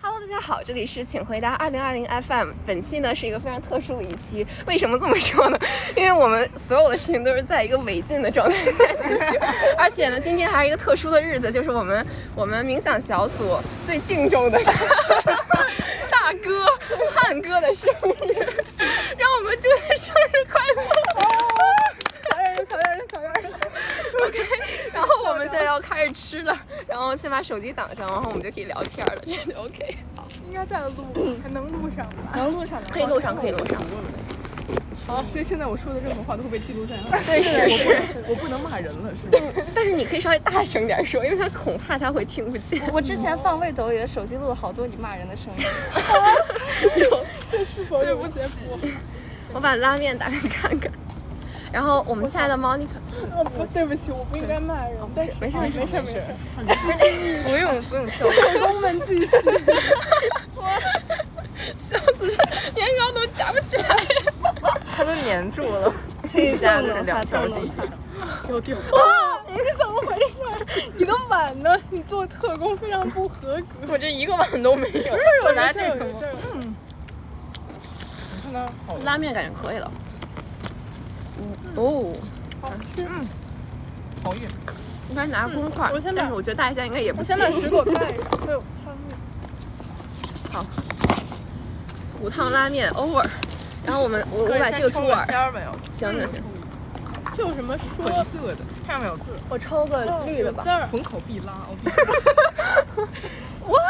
大家好，这里是请回答二零二零 FM。本期呢是一个非常特殊的一期，为什么这么说呢？ 因为我们所有的事情都是在一个违禁的状态下进行， 而且呢，今天还是一个特殊的日子，就是我们我们冥想小组最敬重 的大哥汉哥的生日， 让我们祝他生日快乐。小点声，小点声，小点声。 OK，然后我们现在要开始吃了，然后先把手机挡上，然后我们就可以聊天了，这样就 OK。应该在录，还能录上吧？能录上吗？可以录上，可以录上。好，所以现在我说的任何话都会被记录 在案。对，是是。我不能骂人了，是吧？但是你可以稍微大声点说，因为他恐怕他会听不见。我之前放魏斗里的手机录了好多你骂人的声音，对不起，我把拉面打开看看。然后我们亲爱的 Monica，我不， 对不起，我不应该骂人，但是没事啊没没事事没事。不用不用说，手工们继续。笑死了，年糕都夹不起来。他都粘住了，可以加动动它，两条动筋动它。要掉。你怎么回事？你的碗呢？你做特工非常不合格。我这一个碗都没有。这我拿这这有个这有。嗯。你看到好拉面感觉可以了。哦，好吃。嗯。好远。应该拿公筷。嗯我先把但是我觉得大家应该也不我介先把意。水果看一下。对，我看骨汤拉面 over。然后我们我我把这个猪耳，行行行，这有什么说？粉色的，上面有字，我抽个哦绿的有吧字。儿。逢口必拉。 哇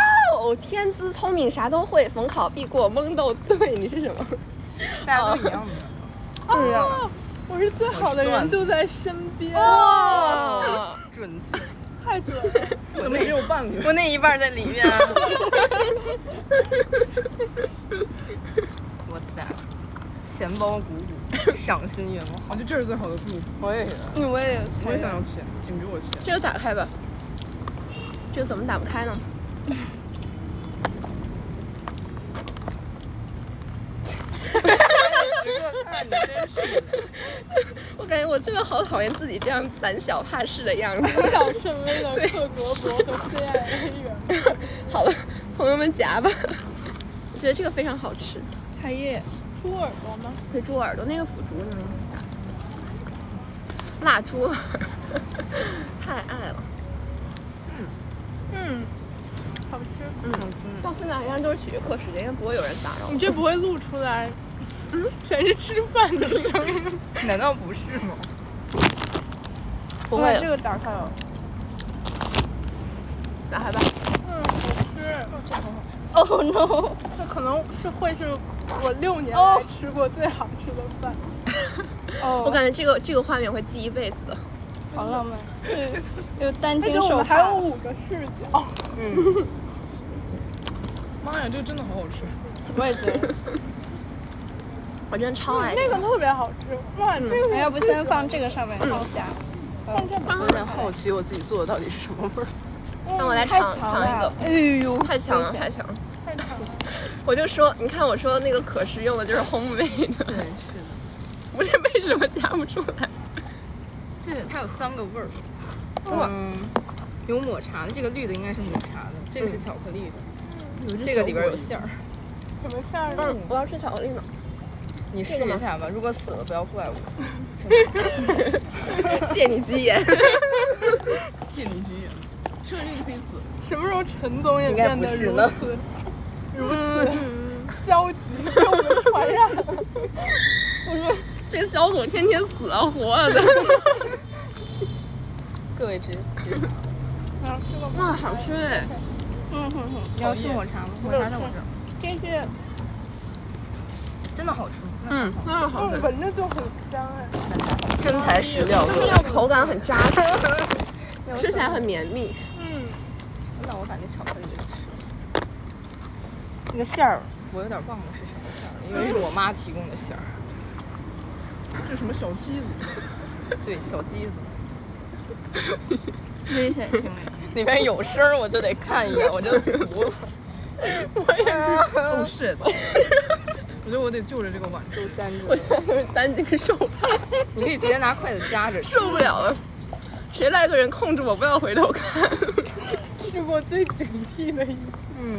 哦，天资聪明啥都会，逢考必过，蒙豆 对，你是什么？哦大家都一 样的。对呀啊，我是最好的人就在身边。哦哇，准确。太准了！怎么只有半个？我那一半在里面。What's that？钱包鼓鼓，赏心悦目。我觉得这是最好的祝福。我也嗯，我也我也想要钱，请给我钱。这个打开吧。这个怎么打不开呢？我感觉我真的好讨厌自己这样胆小怕事的样子。 我想成为了克格勃和 CIA 员。好了，朋友们夹吧。我觉得这个非常好吃，茶叶，猪耳朵吗？可以猪耳朵那个腐竹你们辣猪耳，太爱了。嗯，好吃。到现在好像都是体育课时间，应该不会有人打扰我你。这不会录出来？嗯，全是吃饭的声音。难道不是吗？不会哇这个打开了。打开吧。嗯，好吃。 Oh no！哦这可能是会是我六年来吃过最好吃的 饭。我哦，感觉这个这个画面会记一辈子的。好浪漫，这又 担而惊且我受们还怕有。五个视角。妈呀，这个真的好好吃。我也觉得，我真的超爱那个特别好吃，哇，那个哎要不先放嗯这个上面好夹。看这吧。我有点好奇我自己做的到底是什么味儿。嗯让我来太尝强尝一个了，，哎呦，太强了，太强了。我就说，你看我说的那个可食用的就是烘焙的，对，是的。不是为什么夹不出来？这它有三个味儿。哇嗯，有抹茶的，这个绿的应该是抹茶的，这嗯个是巧克力的，嗯这个里边有馅儿。什么馅儿嗯，的？我要吃巧克力呢。 你试这个吗一下吧，如果死了不要怪我。借你吉言， 借你吉言，这个可以死。什么时候陈总也应该变不得是如了 此如此嗯消极，被我们传染了？这小组天天死啊活啊的。各位直接直接。啊这个哇，好吃哎！嗯哼哼， 你要吃抹茶吗？抹茶在我这儿，这是，真的好吃吗？嗯，真的好嗯，吃，闻着就很香哎。真材实料就是那个口感很扎实，吃起来很绵密。嗯，那我把那巧克力给吃了。那个馅儿我有点忘了是什么馅儿了，因为是我妈提供的馅儿。这什么小鸡子？ 对，小鸡子危险行为。里面有声儿我就得看一眼，我就服 了。哦 shit！我觉得我得就着这个碗。 都单着我，现在就是担惊受怕，你可以直接拿筷子夹着吃。受不了了。谁来个人控制我，不要回头看。吃过最警惕的一次。嗯，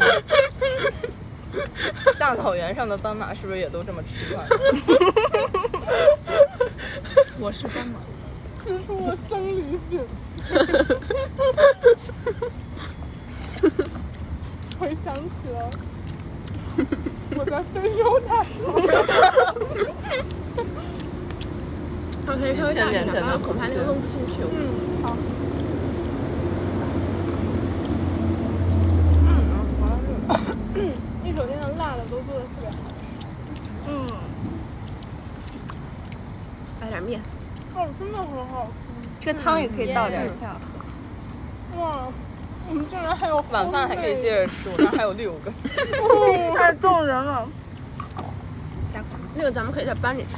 大草原上的斑马是不是也都这么吃饭？我是斑马，这是我生理性。 回想起 了我在非洲的时候，他可以稍微大一点，不然恐怕那个弄不进去。嗯，好，一手店的辣的都做的特别好。来点面，哦，真的很好这个汤也可以倒点儿酱。吃哇！我们竟然还有晚饭还可以接着吃，我那儿还有六个。哦 太动人了。那个咱们可以在班里吃。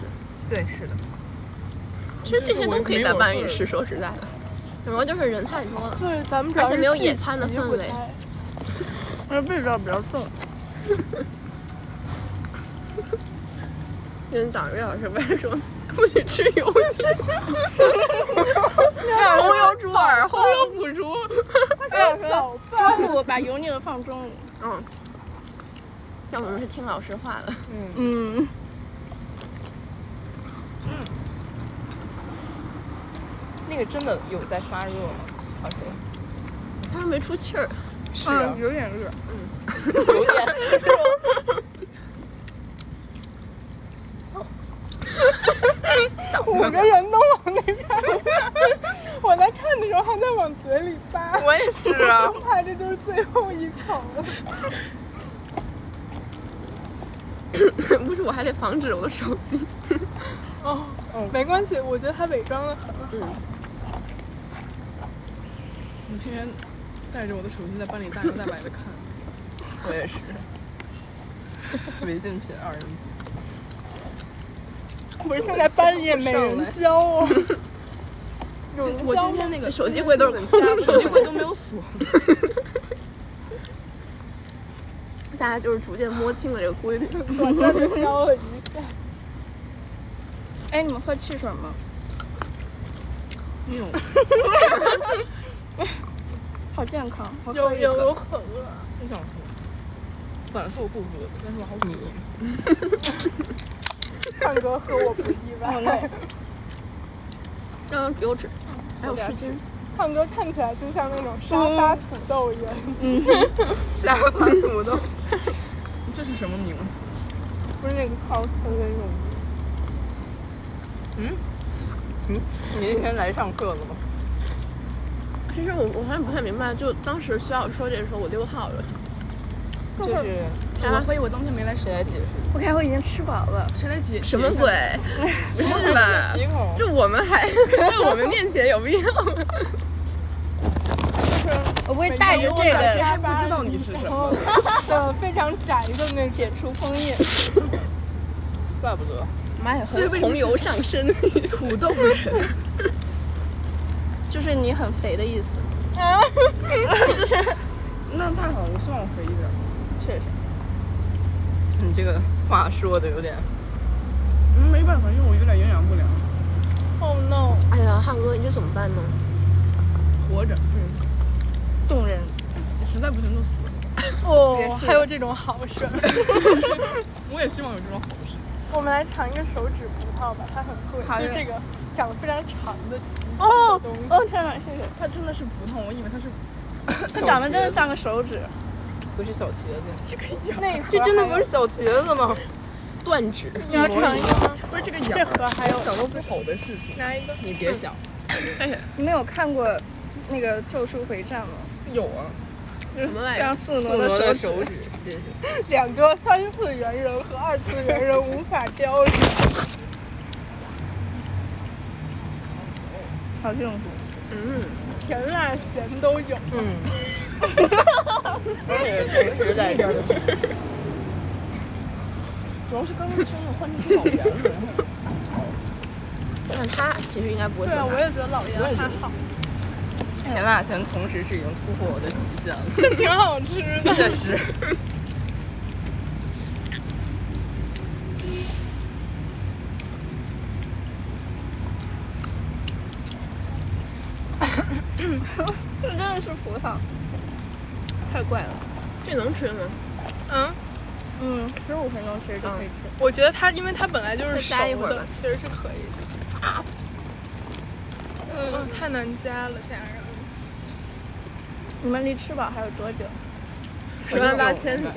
对，是的。其实这些都可以在班里吃，说实在的，主要就是人太多了。对，咱们主要而且是没有聚野餐的集氛不围太那味道比较重。 因为早上瑞老师不是说不许吃油腻，哎，红油猪耳，红油腐竹。哎我说中 午把油腻的放中午。嗯，那我们是听老师话的。嗯，嗯那个真的有在发热吗？他说他还没出气儿，是啊，嗯有点热。有点 五个人都往那边 看，我在看的时候还在往嘴里扒，我也是 啊。怕这就是最后一口了。 不是我还得防止我的手机。哦，嗯没关系，我觉得他伪装的很好。我天天带着我的手机在班里大摇大摆 的看，我也是。违禁品二人组，不是现在班里也没人教 啊。有人哦我教吗？今天那个手机柜都是空的，手机柜都没有锁， 大家就是逐渐摸清了这个规律。我在这教了一下。哎，你们喝汽水吗？没有。好健康，我有喝一有个。我可饿，不想喝，本来说我不喝的，但是我好渴。胖哥和我不意外。要用给我纸，还有湿巾。胖哥看起来就像那种沙发土豆一样。 下 发土豆。这是什么名字？不是那个泡出的那种。嗯，你那天来上课了吗？其实我我还不太明白，就当时徐老师说这个时候我溜号了，就是啊我怀疑我当天没来，谁来解释？我感觉我已经吃饱了。谁来解什么鬼？不 是吧？鼻孔。就我们还 在我们面前有必 要吗？我不会带着这但谁个还不知道你是什然么？后， 呃，非常窄的那种。解除封印。怪不得。妈哎呀，红油上身， 土豆 人。就是你很肥的意思。啊 就是哎那太好了，我希望我肥一点。你这个话说的有点，嗯，没办法，因为我有点营养不良， Oh no！哎呀，汉哥，你这怎么办呢？活着，动人。实在不行就死了。哦，还有这种好事儿。我也希望有这种好事。我们来尝一个手指葡萄吧，它很贵，好就呀这个长得非常长的奇形的哦东西。哦，天哪，这个它真的是葡萄，我以为它是它长得真的像个手指。不是小茄子，那一盒这真的还不有是小茄子吗？断指，你要尝一个吗？不是这个这眼，盒还有想过不好的事情，拿一个，你嗯别想。哎你们有看过那个《咒术回战》吗？有啊，什么玩意让儿？宿我傩的手手指。指，谢谢。两个三次元人和二次元人无法交流。好幸福。嗯，甜辣咸都有。嗯。我也是平时在这儿。主要是刚刚的声音换成是老年人，但他其实应该不会对说啊，我话。也觉得老我也爷觉还得好，甜辣咸同时是已经突破我的极限了， 挺好吃的。确实。这真的是葡萄。太怪了，这能吃吗？嗯，嗯，十五分钟其实就可以吃。我觉得它，因为它本来就是熟再加一会儿 的吧，其实是可以的。嗯，太难加了，家人。你们离吃饱还有多久？十万八千里，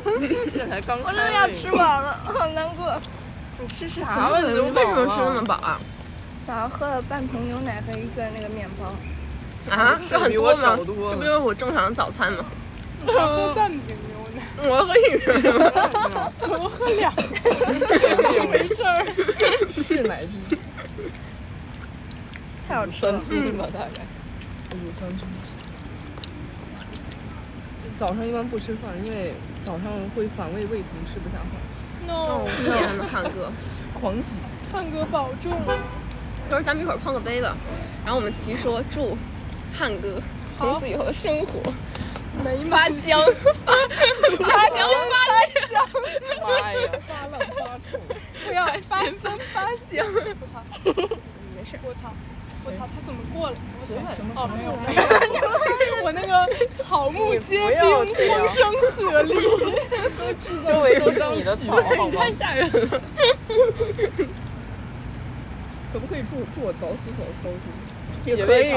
这才刚我开真的要吃饱了，好难过。你吃啊，啥为了？什你么都为什么吃那么饱了饱啊？早上喝了半瓶牛奶和一个那个面 包，啊，这很比我多吗？少多这了不就是我正常的早餐吗？ 喝半瓶牛奶，我喝一 瓶，我喝两瓶 没事儿。是奶精，太好吃三了。斤吧大概，乳酸菌。早上一般不吃饭，因为早上会反胃，胃疼，吃不下饭， No，嗯天呐，胖哥，狂喜。胖哥保重。要是咱们一会儿碰个杯吧，然后我们齐说祝汉哥从此以后的生活没发香， 发发香发 妈呀！发烂发臭。不要发香发香！我操！没事。我操！我操！他怎么过来？我操！哦，没有没有。我那个草木皆你不要兵，这样风声鹤唳。周围都是你的草，好吗？吓人了。可不可以祝祝我早死早超生？ 也可以，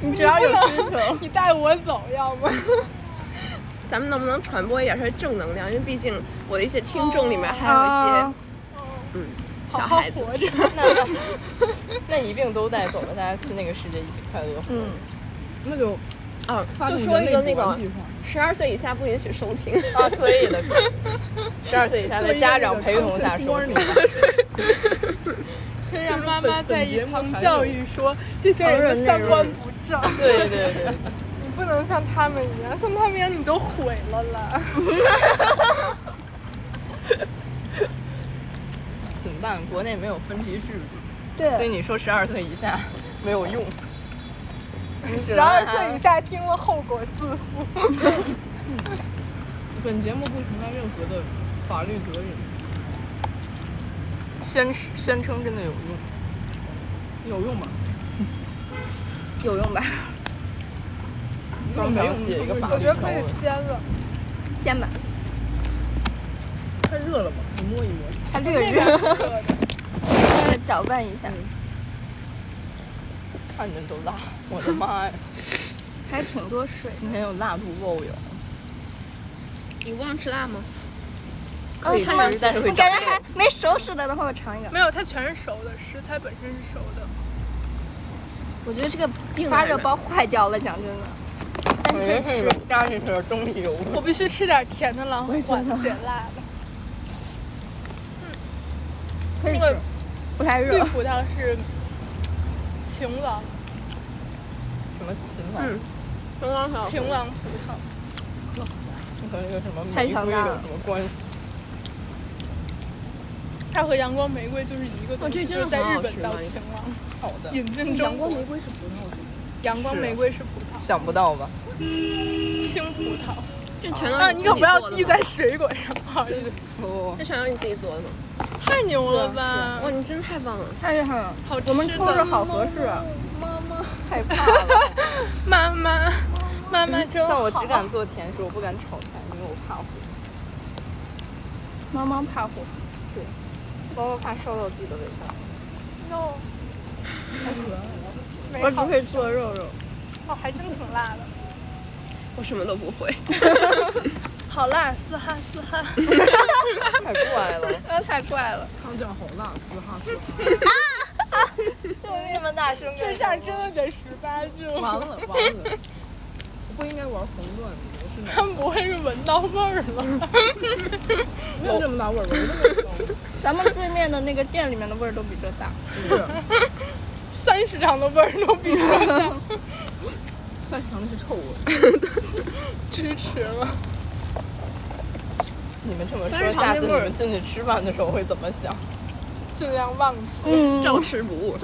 你只要有需求， 你带我走，要吗？咱们能不能传播一点儿说正能量？因为毕竟我的一些听众里面还有一些嗯小好好孩子。活着。 那那一并都带走了，大家去那个世界一起快乐。嗯，那就啊，发就动说一个那内部玩个计划。十二岁以下不允许收听。啊， 可以的，十二岁以下做一的个家那长个陪同下 content 收 warning 让妈本妈本在一节目旁还教有育说，这些人的三观不正， 对对对，你不能像他们一样，像他们一样你就毁了啦。怎么办？国内没有分级制度，所以对，你说十二岁以下没有用。十啊二岁以下听了后果自负。本节目不承担任何的法律责任。宣宣称真的有用，有用吗？有用吧？专门写一个法我律觉得条可以文。先了，先吧，太热了吧？你摸一摸。它略热，再搅拌一下，看着都辣， 我的妈呀！还挺多水。今天又辣度爆表，你忘吃辣吗？可以哦它吃，但是会我长感觉还没熟似的，等会儿我尝一个。没有，它全是熟的，食材本身是熟的。我觉得这个发热包坏掉了，讲真的，但是可以吃。加进去的东西油。我必须吃点甜的来我也觉得缓解辣的。可以那个吃，不太绿嗯热。葡萄是秦王，什么秦王？嗯，刚刚好。秦王葡萄。和那个什么太玫强瑰大有了什么关系？它和阳光玫瑰就是一个东西，哦这真就的是在日很好本吃叫吗秦王，好 的，引进中国。瑰是葡萄汁。阳光玫瑰是葡萄，想不到吧？青葡萄。这全都啊，是你你可自不己要做的滴吗在水果上，不好意思，哦，这全都是你自己做的吗？太牛了啊吧哇，！你真太棒了！太热了，好吃的，我们抽着好合适啊。害怕了。妈妈，妈妈真但好。我只敢做甜食，我不敢炒菜，因为我怕火。猫猫怕火，包括怕烧到自己的味道。 no，我只会做肉肉。哦，还真挺辣的。我什么都不会。好辣，嘶哈嘶 哈。太怪 了！那太怪了，汤酱好辣，嘶哈嘶哈。 就是那么大声这下真的得十八禁了。完了完了，我不应该玩红段子，我是男他们不会是闻到味儿了？ 没有这么大味儿，我觉得咱们对面的那个店里面的味儿都比这大。不是，三十张的味儿都比这大，三十堂是臭味。支持了。你们这么三十说，堂下那次你味儿们进去吃饭的时候会怎么想？尽量忘记。嗯 照吃不误，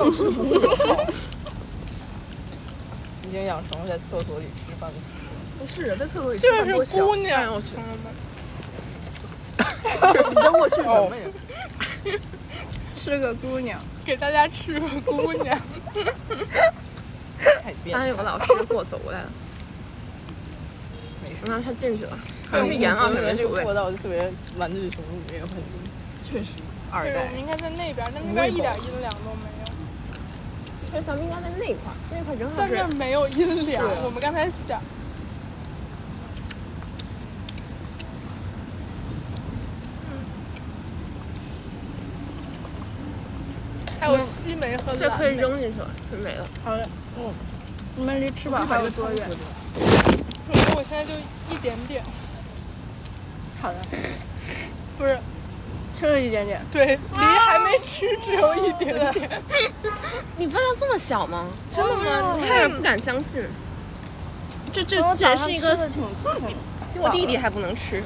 已经养成了在厕所里吃饭的习惯。不是，在厕所里吃这饭多嗯是香姑，娘，哎我去朋友们，你 跟我去什么哦呀？是个姑娘，给大家吃个姑 娘。太变刚才态有个了。哎老师给我走过来了没事，我让他进去了。哎反正是盐啊，可我觉得能这是个味味。道就特别玩具熊里面有很确实，二对，我代们。应该在那边，但那边一点阴凉都没有，哎，咱们应该在那一块儿，那一块儿正好但是那儿没有阴凉。啊我们刚才讲，嗯，还有西梅和这蓝可以莓，扔进去了，就没了。你们离吃饱还有多远？我觉得嗯我现在就一点点，好的，不是，吃了一点点。对，离还没吃只有一点点。你搬到这么小吗？真的吗？哦我有点不敢相信。这这我竟早然上是一吃个的挺比我弟弟还不能吃。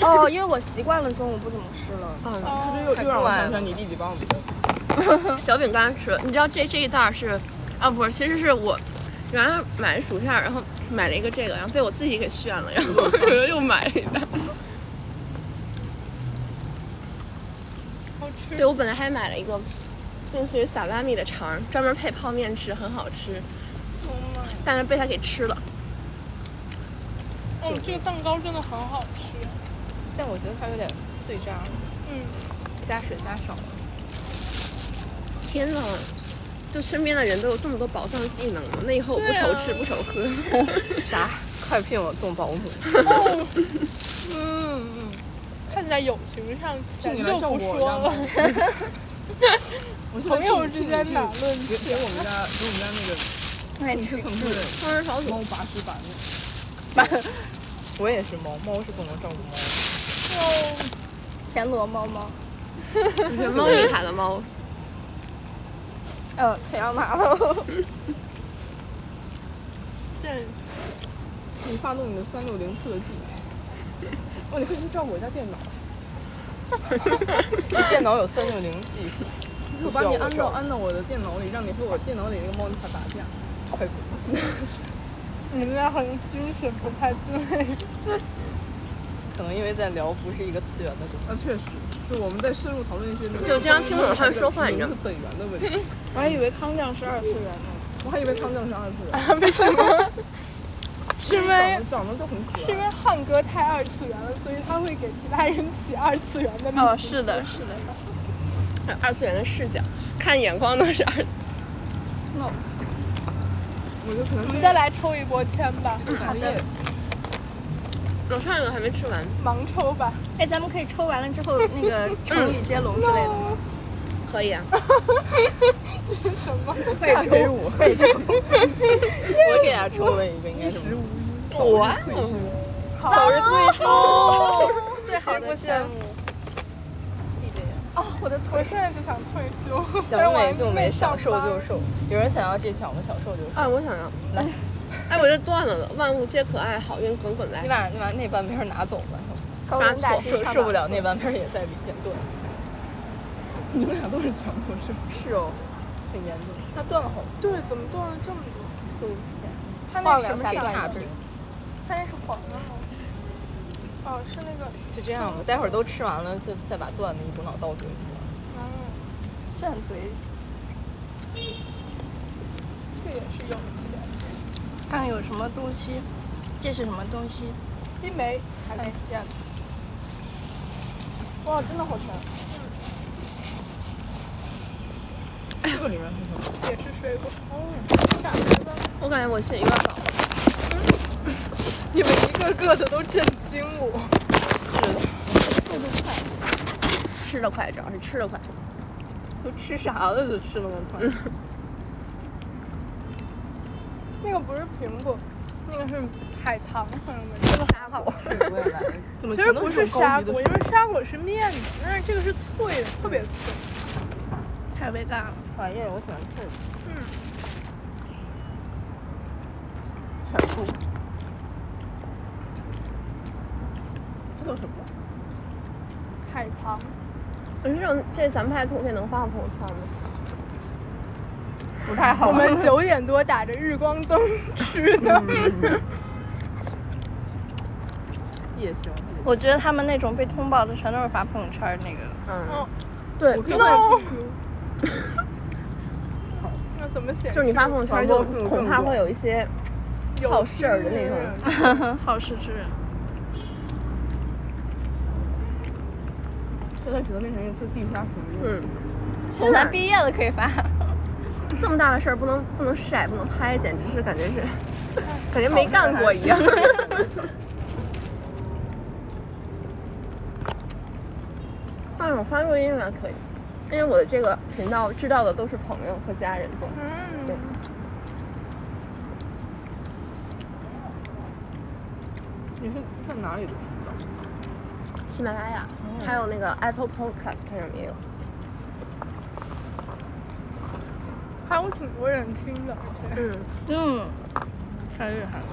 哦，因为我习惯了中午不怎么吃了。嗯，这哦就又又让我太怪想起了来你弟弟帮我们 的，小饼干吃，你知道这这一袋儿是，啊不是，其实是我原来买的薯片儿，然后买了一个这个，然后被我自己给炫了，然 后又买了一袋。好吃对，我本来还买了一个，就是萨拉米的肠儿，专门配泡面吃，很好吃，松了。但是被他给吃了。嗯，这个蛋糕真的很好吃。但我觉得它有点碎渣，嗯，加水加少了。天呐，就身边的人都有这么多宝藏技能吗？那以后我不对啊愁吃不愁喝。 啥？快聘我做保姆！哦，嗯，嗯看起来友情上是咱你来就照不顾我说这样吗了，？我现在朋友替之你间去哪论给给我们家给我们家那个哎，你你是从事双人小组猫 拔屎把那我也是猫，猫是不能照顾猫的。哦， 田螺猫猫。人猫与海的猫，哦呃，腿要麻了。这你发动你的三六零特技。哦，你可以去照顾我家电脑，电脑有三六零技术，就把你安到安到我的电脑里，让你和我电脑里那个猫女孩打架。快滚！你们俩好像精神不太对。可能因为在聊不是一个次元的东西。啊，确实，就我们在深入讨论一些那个就这样听不懂他们说话你知道名字吗本源的问题。我还以为康亮是二次元呢。我还以为康正是二次元， 是因长为得长得都很可是因爱。为汉哥太二次元了，所以他会给其他人起二次元的名字。哦，是的，是的。二次元的视角，看眼光都是二次。我觉得可能我是们再来抽一波签吧，好我上一个还没吃完，盲抽吧。哎，咱们可以抽完了之后，那个成语接龙之类的吗。可以啊，什么？嫁给我， 我给大家抽问一个，应该衣是哦食无走忧，啊早日退休。早日退休。最好的项目。闭着眼。哦，我的腿！我现在就想退休。 但是想我还美就美，想瘦上就瘦。有人想要这条吗？想瘦就瘦。啊，我想要。 来，哎，我这断了的，万物皆可爱，好运滚滚来你。把你把那半边拿走吧，高发温大错气受场受不了那半边也在里面。对，你们俩都是强迫症，是哦，很严重。它断了好班。对，怎么断了这么多？休息。他那晃是什两么下色儿差啊评，他那是黄的吗？哦，是那个，就这样吧。待会儿都吃完了，就再把断的一股脑倒嘴里。嗯，炫嘴。这也是有钱。看有什么东西，这是什么东西？西梅还没见。哇，真的好甜，这个里面很好。也是水果。我感觉我现在有点饱了。 你们一个个的都震惊我。吃得快，主要是吃得快。都吃啥了？就吃那么快？那个不是苹果，那个是海棠，朋友们，这个还好。我也来。怎么其全实都不是这是种高沙级的果，水因为沙果是面的，但是这个是脆的，特别脆。太伟大了。讨厌，我喜欢吃。嗯，全部。叫什么？海棠。我是这种，这咱们拍的图片能发到朋友圈吗？不太好。我们九点多打着日光灯吃的，也行。 我觉得他们那种被通报的，全都是发朋友圈儿那个。嗯哦，对，就我知会道， 那怎么写？就是你发朋友圈，就恐怕会有一些有 好事儿的那种心人好事之人。就在折叠成一次地下熟肉。嗯，等咱毕业了可以发。这么大的事儿不能不能晒不能拍，简直是感觉是 感觉没干过一样。 但是我发录音还可以，因为我的这个频道知道的都是朋友和家人做。对。你是在哪里的频道？喜马拉雅，还有那个 Apple Podcast 上面也有。还有挺多人听的，嗯，嗯，太厉害了。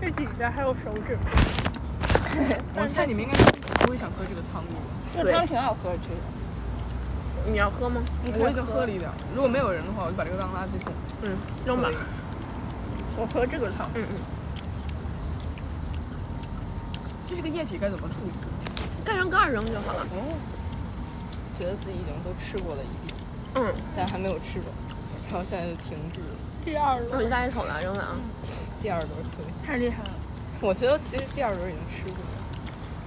这几家还有手指，我猜你们应该不会想喝这个汤底吧？这汤挺好喝，这个你要喝吗？我已经喝了一点儿，如果没有人的话，我就把这个当垃圾桶嗯，扔吧可以。我喝这个汤。嗯嗯，这是个液体，该怎么处理？盖上盖儿扔就好了。哦觉得自己已经都吃过了一遍，嗯，但还没有吃完，然后现在就停滞了。第二轮我给你大一桶了，扔了啊。第二轮喝，太厉害了。我觉得其实第二轮已经吃过了，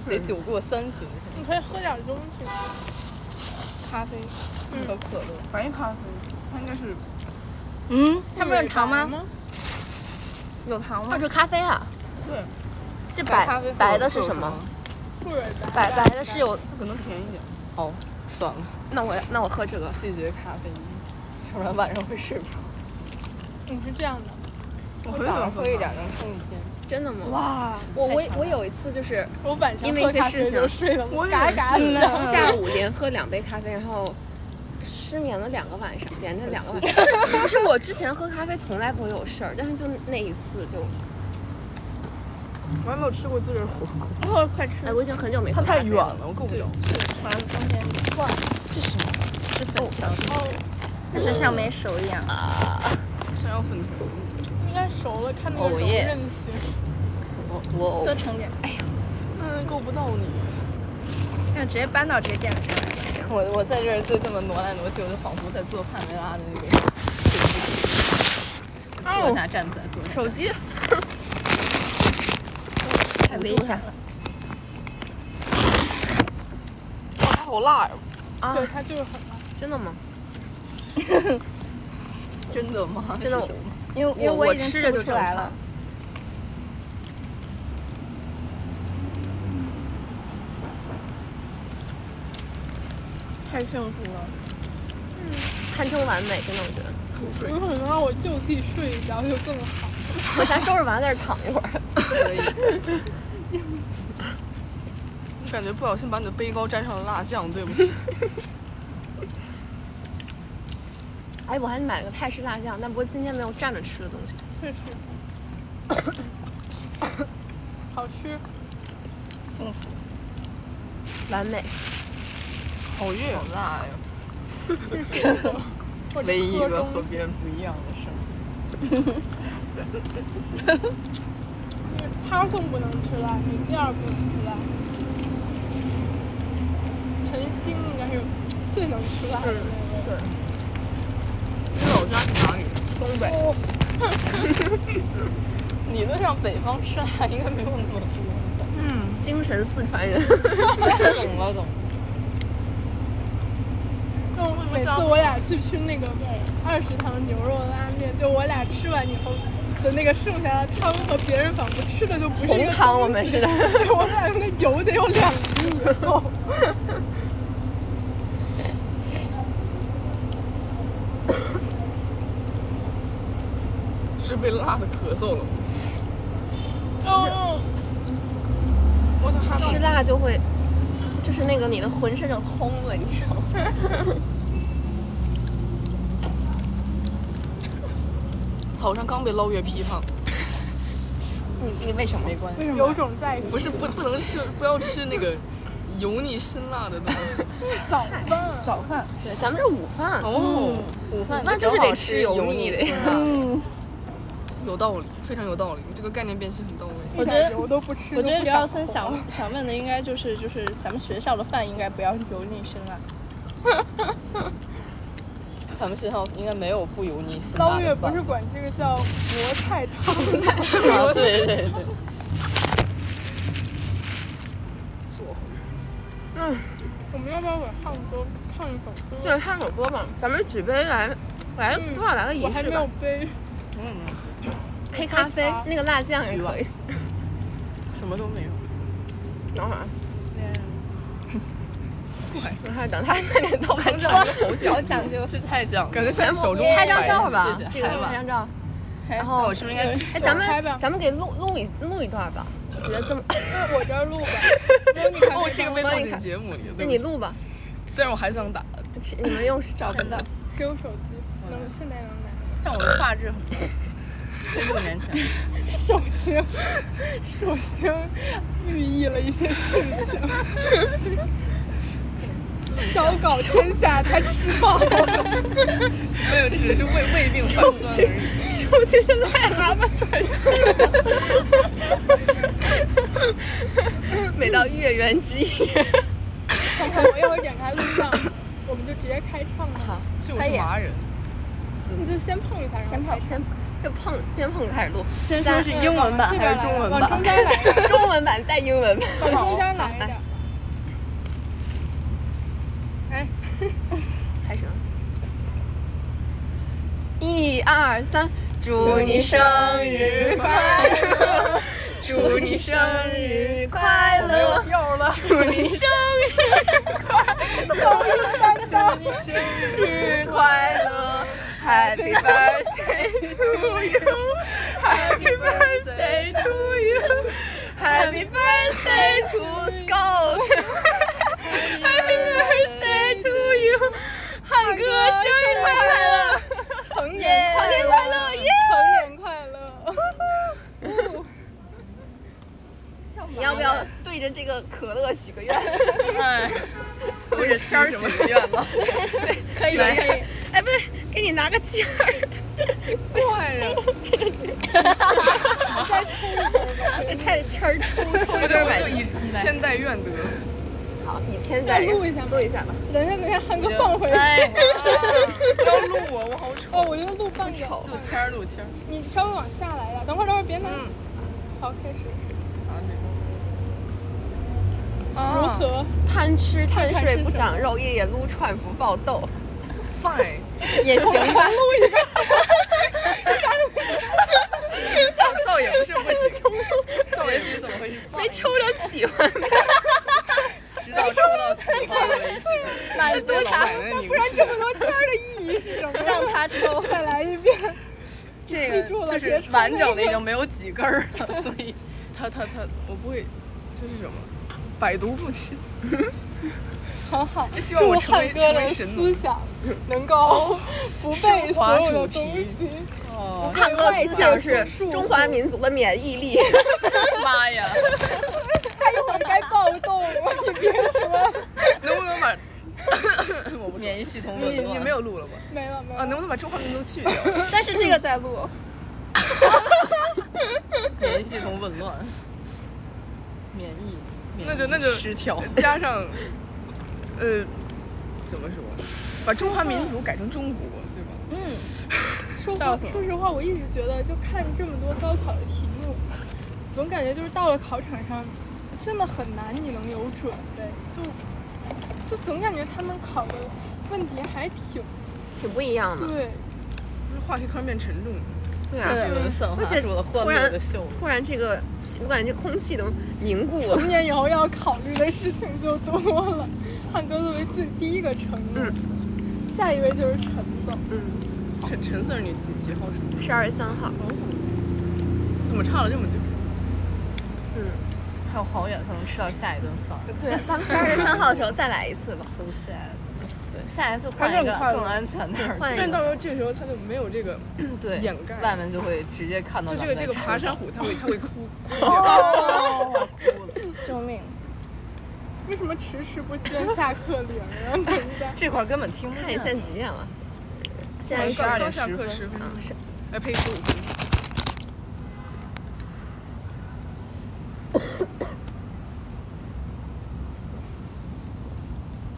得酒过三巡才你可以喝点东西。能咖啡和可乐。嗯白咖啡，它应该是嗯，他们有糖吗？？有糖吗哦，？这咖啡啊。对，这白白咖啡和白的是可乐什么吗？？富人的白白的是有，它可能甜一点。哦，算了，那我那我喝这个。拒绝咖啡因，要不然晚上会睡不着。你是这样的，我我很早少上喝喝一点能撑一天。真的吗？哇，我我我有一次就是 我晚上因为一喝些咖事啡情就睡了，我也嘎嘎的。下午连喝两杯咖啡，然后失眠了两个晚上，连着两个晚 上。就是不是我之前喝咖啡从来不会有事儿，但是就那一次就，我还没有吃过自热火锅，哦，快吃！哎，我已经很久没喝它咖太啡远了。了，我够不了。嗯晚上冬天是粉小心哦，但是像没熟一样。啊想要粉条，应该熟了，看那个藕柔叶韧性。哦我哦我多盛点，嗯，够不到你。那直接搬到这个垫子上来。我我在这儿就这么挪来挪去，我就仿佛在做帕梅拉的那个。哦坐下站起来，坐下。手机，太危险了哇，好辣呀！啊！对，它就是很辣。真的吗？真的吗？ 真的是吗因为因为我我已经吃吃着不就出正来常了。。太幸福了，堪称完美，真的我觉得。有可能让我就地睡一觉就更好。 我咱收拾完在这儿躺一会儿。可以。 我感觉不小心把你的杯高沾上了辣酱，对不 起。 哎，我还买了个泰式辣酱，但不过今天没有蘸着吃的东西。确实， 好吃。完美，好晕，好辣呀！或者唯一一喝个中和别人不一样的事儿。他嗯更不能吃辣，你第二不能吃辣。陈晶应该是最能吃辣的那个。你老家是哪里？东北。理论上北方吃辣应该没有那么多，精神四川 人。懂了懂了。但我每次我俩去吃那个二食堂牛肉拉面，就我俩吃完以后的那个剩下的汤和别人仿佛吃的就不是一红个汤我们是的。东西，我们俩那油得有两厘米厚。是被辣的咳嗽了吗？哦，我操，哈吃辣就会，就是那个你的浑身就通了，你知道吗？早上刚被捞月批判，你你为什么？没关系。有种在不是不不能吃，不要吃那个油腻辛辣的东西。早饭，早饭，对，咱们是午饭，哦，午饭午嗯饭就是得吃油腻腻的嗯，有道理，非常有道理，你这个概念辨析很到位。一我觉点得油都不吃。我觉得就不刘耀想森想 想问的应该就是就是咱们学校的饭应该不要油腻辛 辣。咱们学校应该没有不油腻辛辣捞的月饭。不是管这 个叫国菜汤， 啊，对对对。就来看首歌吧，咱们举杯来来嗯个多少来个仪我还式没吧有。杯，嗯黑咖啡，那个辣酱也可以。什么都没有。等会儿啊。 我还是等他那点豆瓣酱。好讲究，这太讲感觉现在手中拍张照吧谢，谢这个拍吧拍张照。然后我是不是应该哎，咱们咱们给录录一录一段吧，我觉得 这么，那我这儿录吧。哦，这个被我帮放你进看节目里了，那对不你起。录吧，但是我还想打，是你们 用找真的。只有手机，能嗯现在能拿。但我的画质很不好。这六年前，手型，手型寓意了一些事情。昭告天下，他吃饱了。没有，只是胃胃病传酸而已。手机癞蛤蟆转世。 每到月圆之 夜，看看我一会儿点开录像，我们就直接开唱吧。好，是我是华人，你就先碰一下，然后先碰先就碰先碰开始录，先说是英文版还是中文往版中？间来一点，中文版再英文版。往 中间来一点。哎开始。一二三，祝你生日快 乐，祝你生日快乐，有了，祝你生日快乐，Happy birthday to you，Happy birthday to you，Happy birthday to Scott，Happy birthday to you，汉哥生日快乐，成年成年快乐耶！成年快乐。你要不要对着这个可乐许个愿？哎，我也天儿许的愿了。可以可以。哎，不是，给你拿个签儿。怪 呀，太签儿抽 抽我一根就儿我买就以以千代愿得。好，以签再录一下吧录一下吧。等一下，等一下，汉哥放回去。哎，不要录我，我好哦，丑。我就录半个。录签儿，录签儿。你稍微往下来一点，等会儿，等会儿，别拿。嗯好，开始。啊，如何？贪吃贪看睡是不什长肉，夜夜撸串不爆 痘。 fine。也行吧，撸一个。爆痘也不是不 行，那我也是怎么回事？没抽着喜欢的。 直到抽到喜欢为止。满足啥？不然这么多签儿的意义是什么？让他抽。再来一遍。这个就是完整的已经没有几根儿了，所以他他他，我不会，这是什么？百毒不侵。很好，这希望祝我成汉为哥成的为神思想能够不被升华所有的主东题西。哦，汉哥思想是中华民族的免疫力。妈呀！他一会儿该暴动了，你别说，能不能把我不免疫系统你你没有录了吗？没了没啊，能了。不能把中华民族去掉？但是这个在录，免疫系统紊乱， 免疫那就那就失调，加上，呃，怎么说，把中华民族改成中国，对吧？说话说实话，我一直觉得，就看这么多高考的题目，总感觉就是到了考场上，真的很难你能有准备，就就总感觉他们考的问题还挺 挺不一样的。对。就是化学突然变沉重了，对这啊，是我的散而发且出我的欢突乐然的笑容。突然这个气，我感觉这空气都凝固了。成年以后要考虑的事情就多了。汉哥作为最第一个成年，下一位就是陈总。嗯陈陈 Sir，你几几号生日？ 十二月三号，怎么差了这么久？还有好远才能吃到下一顿饭对，咱们十二月三号的时候再来一 次吧。 ，so sad。对，下一次换一个更安全的换但是一到个，时候这时候他就没有这个，对掩盖外面就会直接看到就这咱们个在这个吃爬山饭虎，他会他会哭哭哦 救命！为什么迟迟不见下课铃 啊？等一下，这块儿根本听不看你见现。在几点了？现在现是在十刚刚二点下课十十分分，钟啊，是哎呸十五分钟。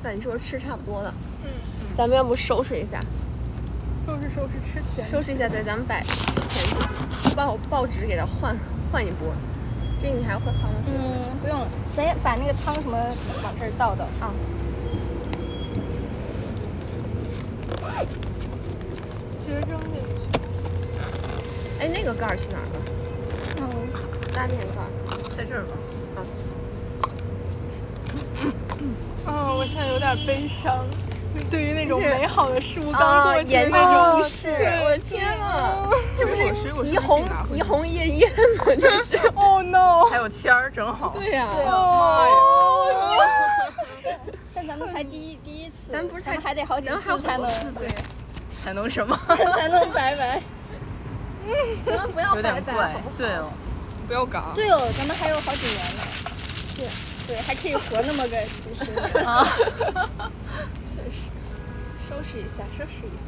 那你说吃差不多了，嗯，咱们要不收拾一下，收拾收拾吃甜。收拾一下，对，咱们把报报纸给它换换一波。这你还会换吗？嗯，不用了，咱也把那个汤什么往这儿倒倒。直接扔进去。哎，那个盖儿去哪儿了？嗯，拉面盖儿。在这儿吧。啊，我现在有点悲伤，对于那种美好的事物刚啊过去的延那哦种期事，我的天呐，这不是水果怡红怡红夜宴吗？这是。 Oh no！还有签儿，正好。对呀、啊哦 但哎咱们才第一第一次，咱们不是才还得好几咱们还有次才好多能次，对，才能什么？才能拜拜。咱们不 要有拜点拜，怪好不好。？对哦，不要搞。对哦，咱们还有好几年呢。对，对，还可以活那么个几十年。啊，确实，收拾一下，收拾一下。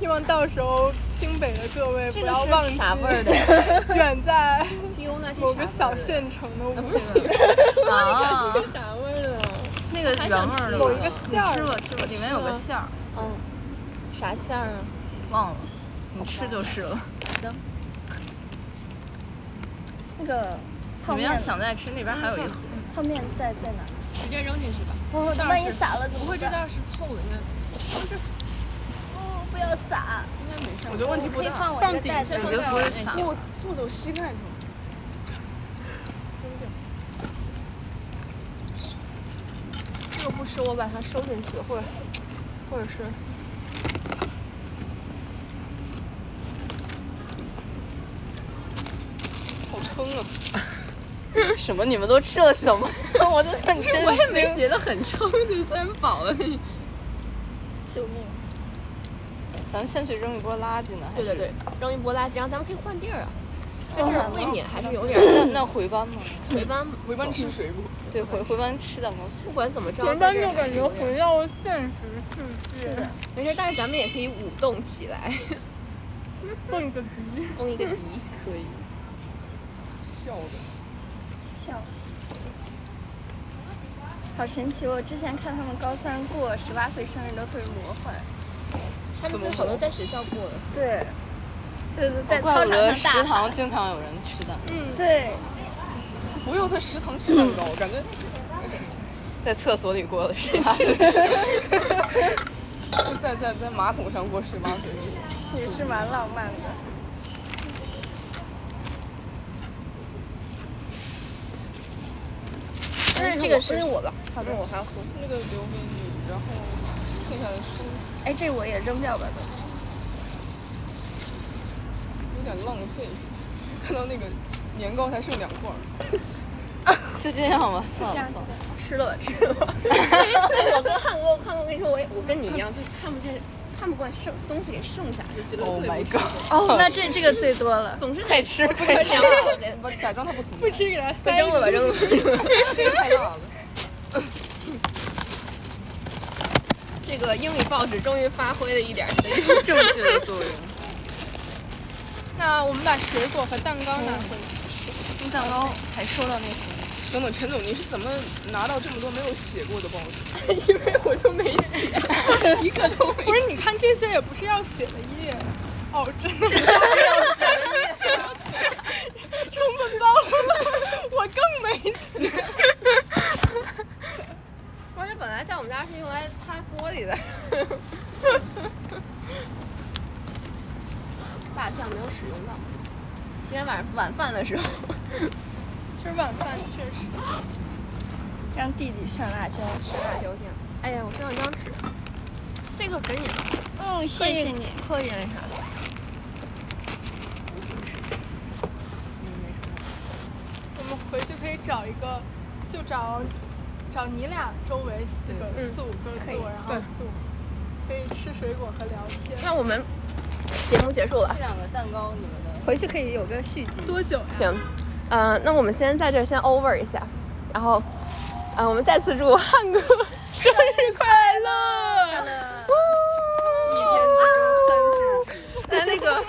希望到时候清北的各位这不个要忘是记啥味儿的 远在？Fiona 这某个是啥小味儿的？县城的啊不我们是那个，啊这是啥味儿的？那个还原想味儿吃的某吧，一个你馅儿吃吧吃吧，里面有个馅儿，嗯，啥馅儿啊？忘了，你吃就是了。那个你泡们面要，想再吃，那边还有一盒。泡面在在哪？直接扔进去吧。哦，万一洒了怎不么会这办？袋儿是透的，应该哦，不要洒。应该没事儿。我觉得问题不可以大。放我放这底袋下子我觉得吗不会哎洒因为我坐的我膝盖疼。这个不吃，我把它收进去，或者或者是好撑 啊！什么？你们都吃了什么？ 我都很震我也没觉得很撑，就虽然饱了。救命！咱们先去扔一波垃圾呢，还对是对对，扔一波垃圾，然后咱们可以换地儿啊。在当这然儿了未免还是有点 那那回班吗？ 回班，我一般吃水果。对，回回班吃蛋糕去。不管怎么着，人在家这儿就还感是觉有点回到现实世界，没事儿，但是咱们也可以舞动起来， 蹦一个迪。蹦一个迪。对，笑的。笑。好神奇！我之前看他们高三过十八岁生日都特别魔幻。他们是好多在学校过的，对，就是在操怪不得场食上大堂喊。经常有人吃蛋糕，对，不用在食堂吃蛋糕，我感觉在厕所里过了十八岁。 在在在马桶上过十八岁。也是蛮浪漫的。哎但是这个是我吧，反正我还要喝。那个留给你，然后剩下的收哎，这我也扔掉吧。有点浪费。看到那个年糕才剩两块儿，就这样吧，算这样了子算了。吃了吧，吃了 吧。我跟汉哥，汉哥跟你说，我也我跟你一样，就是看不见，看不惯剩东西给剩下，就觉得 Oh 对 my 不住 god！哦，那这这个最多了。总是得快吃快吃凉！了，得我假装它不存不在，吃给他快塞扔了吧，扔了吧。太辣了。这个英语报纸终于发挥了一点儿这个。正确的作用。那我们把水果和蛋糕拿回去。你蛋糕还收到那盒？等等，陈总，您是怎么拿到这么多没有写过的报纸？不是，你看这些也不是要写的页。哦，真的。成本包了，我更没写。不是，本来在我们家是用来擦玻璃的。大酱没有使用到，今天晚上晚饭的时候。吃晚饭确实。让弟弟上辣椒。辣椒酱。哎呀，我身上张纸，这个给你了，嗯，谢谢你。喝一那啥。我们回去可以找一个，就找找你俩周围四个嗯四五个可以座，然后坐，可以吃水果和聊天。那我们节目结束了这，两个蛋糕你们的回去可以有个续集。多久呀？行，嗯、那我们先在这儿先 over 一下，然后，嗯、我们再次祝汉哥生日快乐！一天只来，那个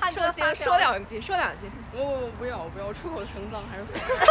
汉说哥行，说两句，说两句。我我我不要，我不要，出口成脏还是算了。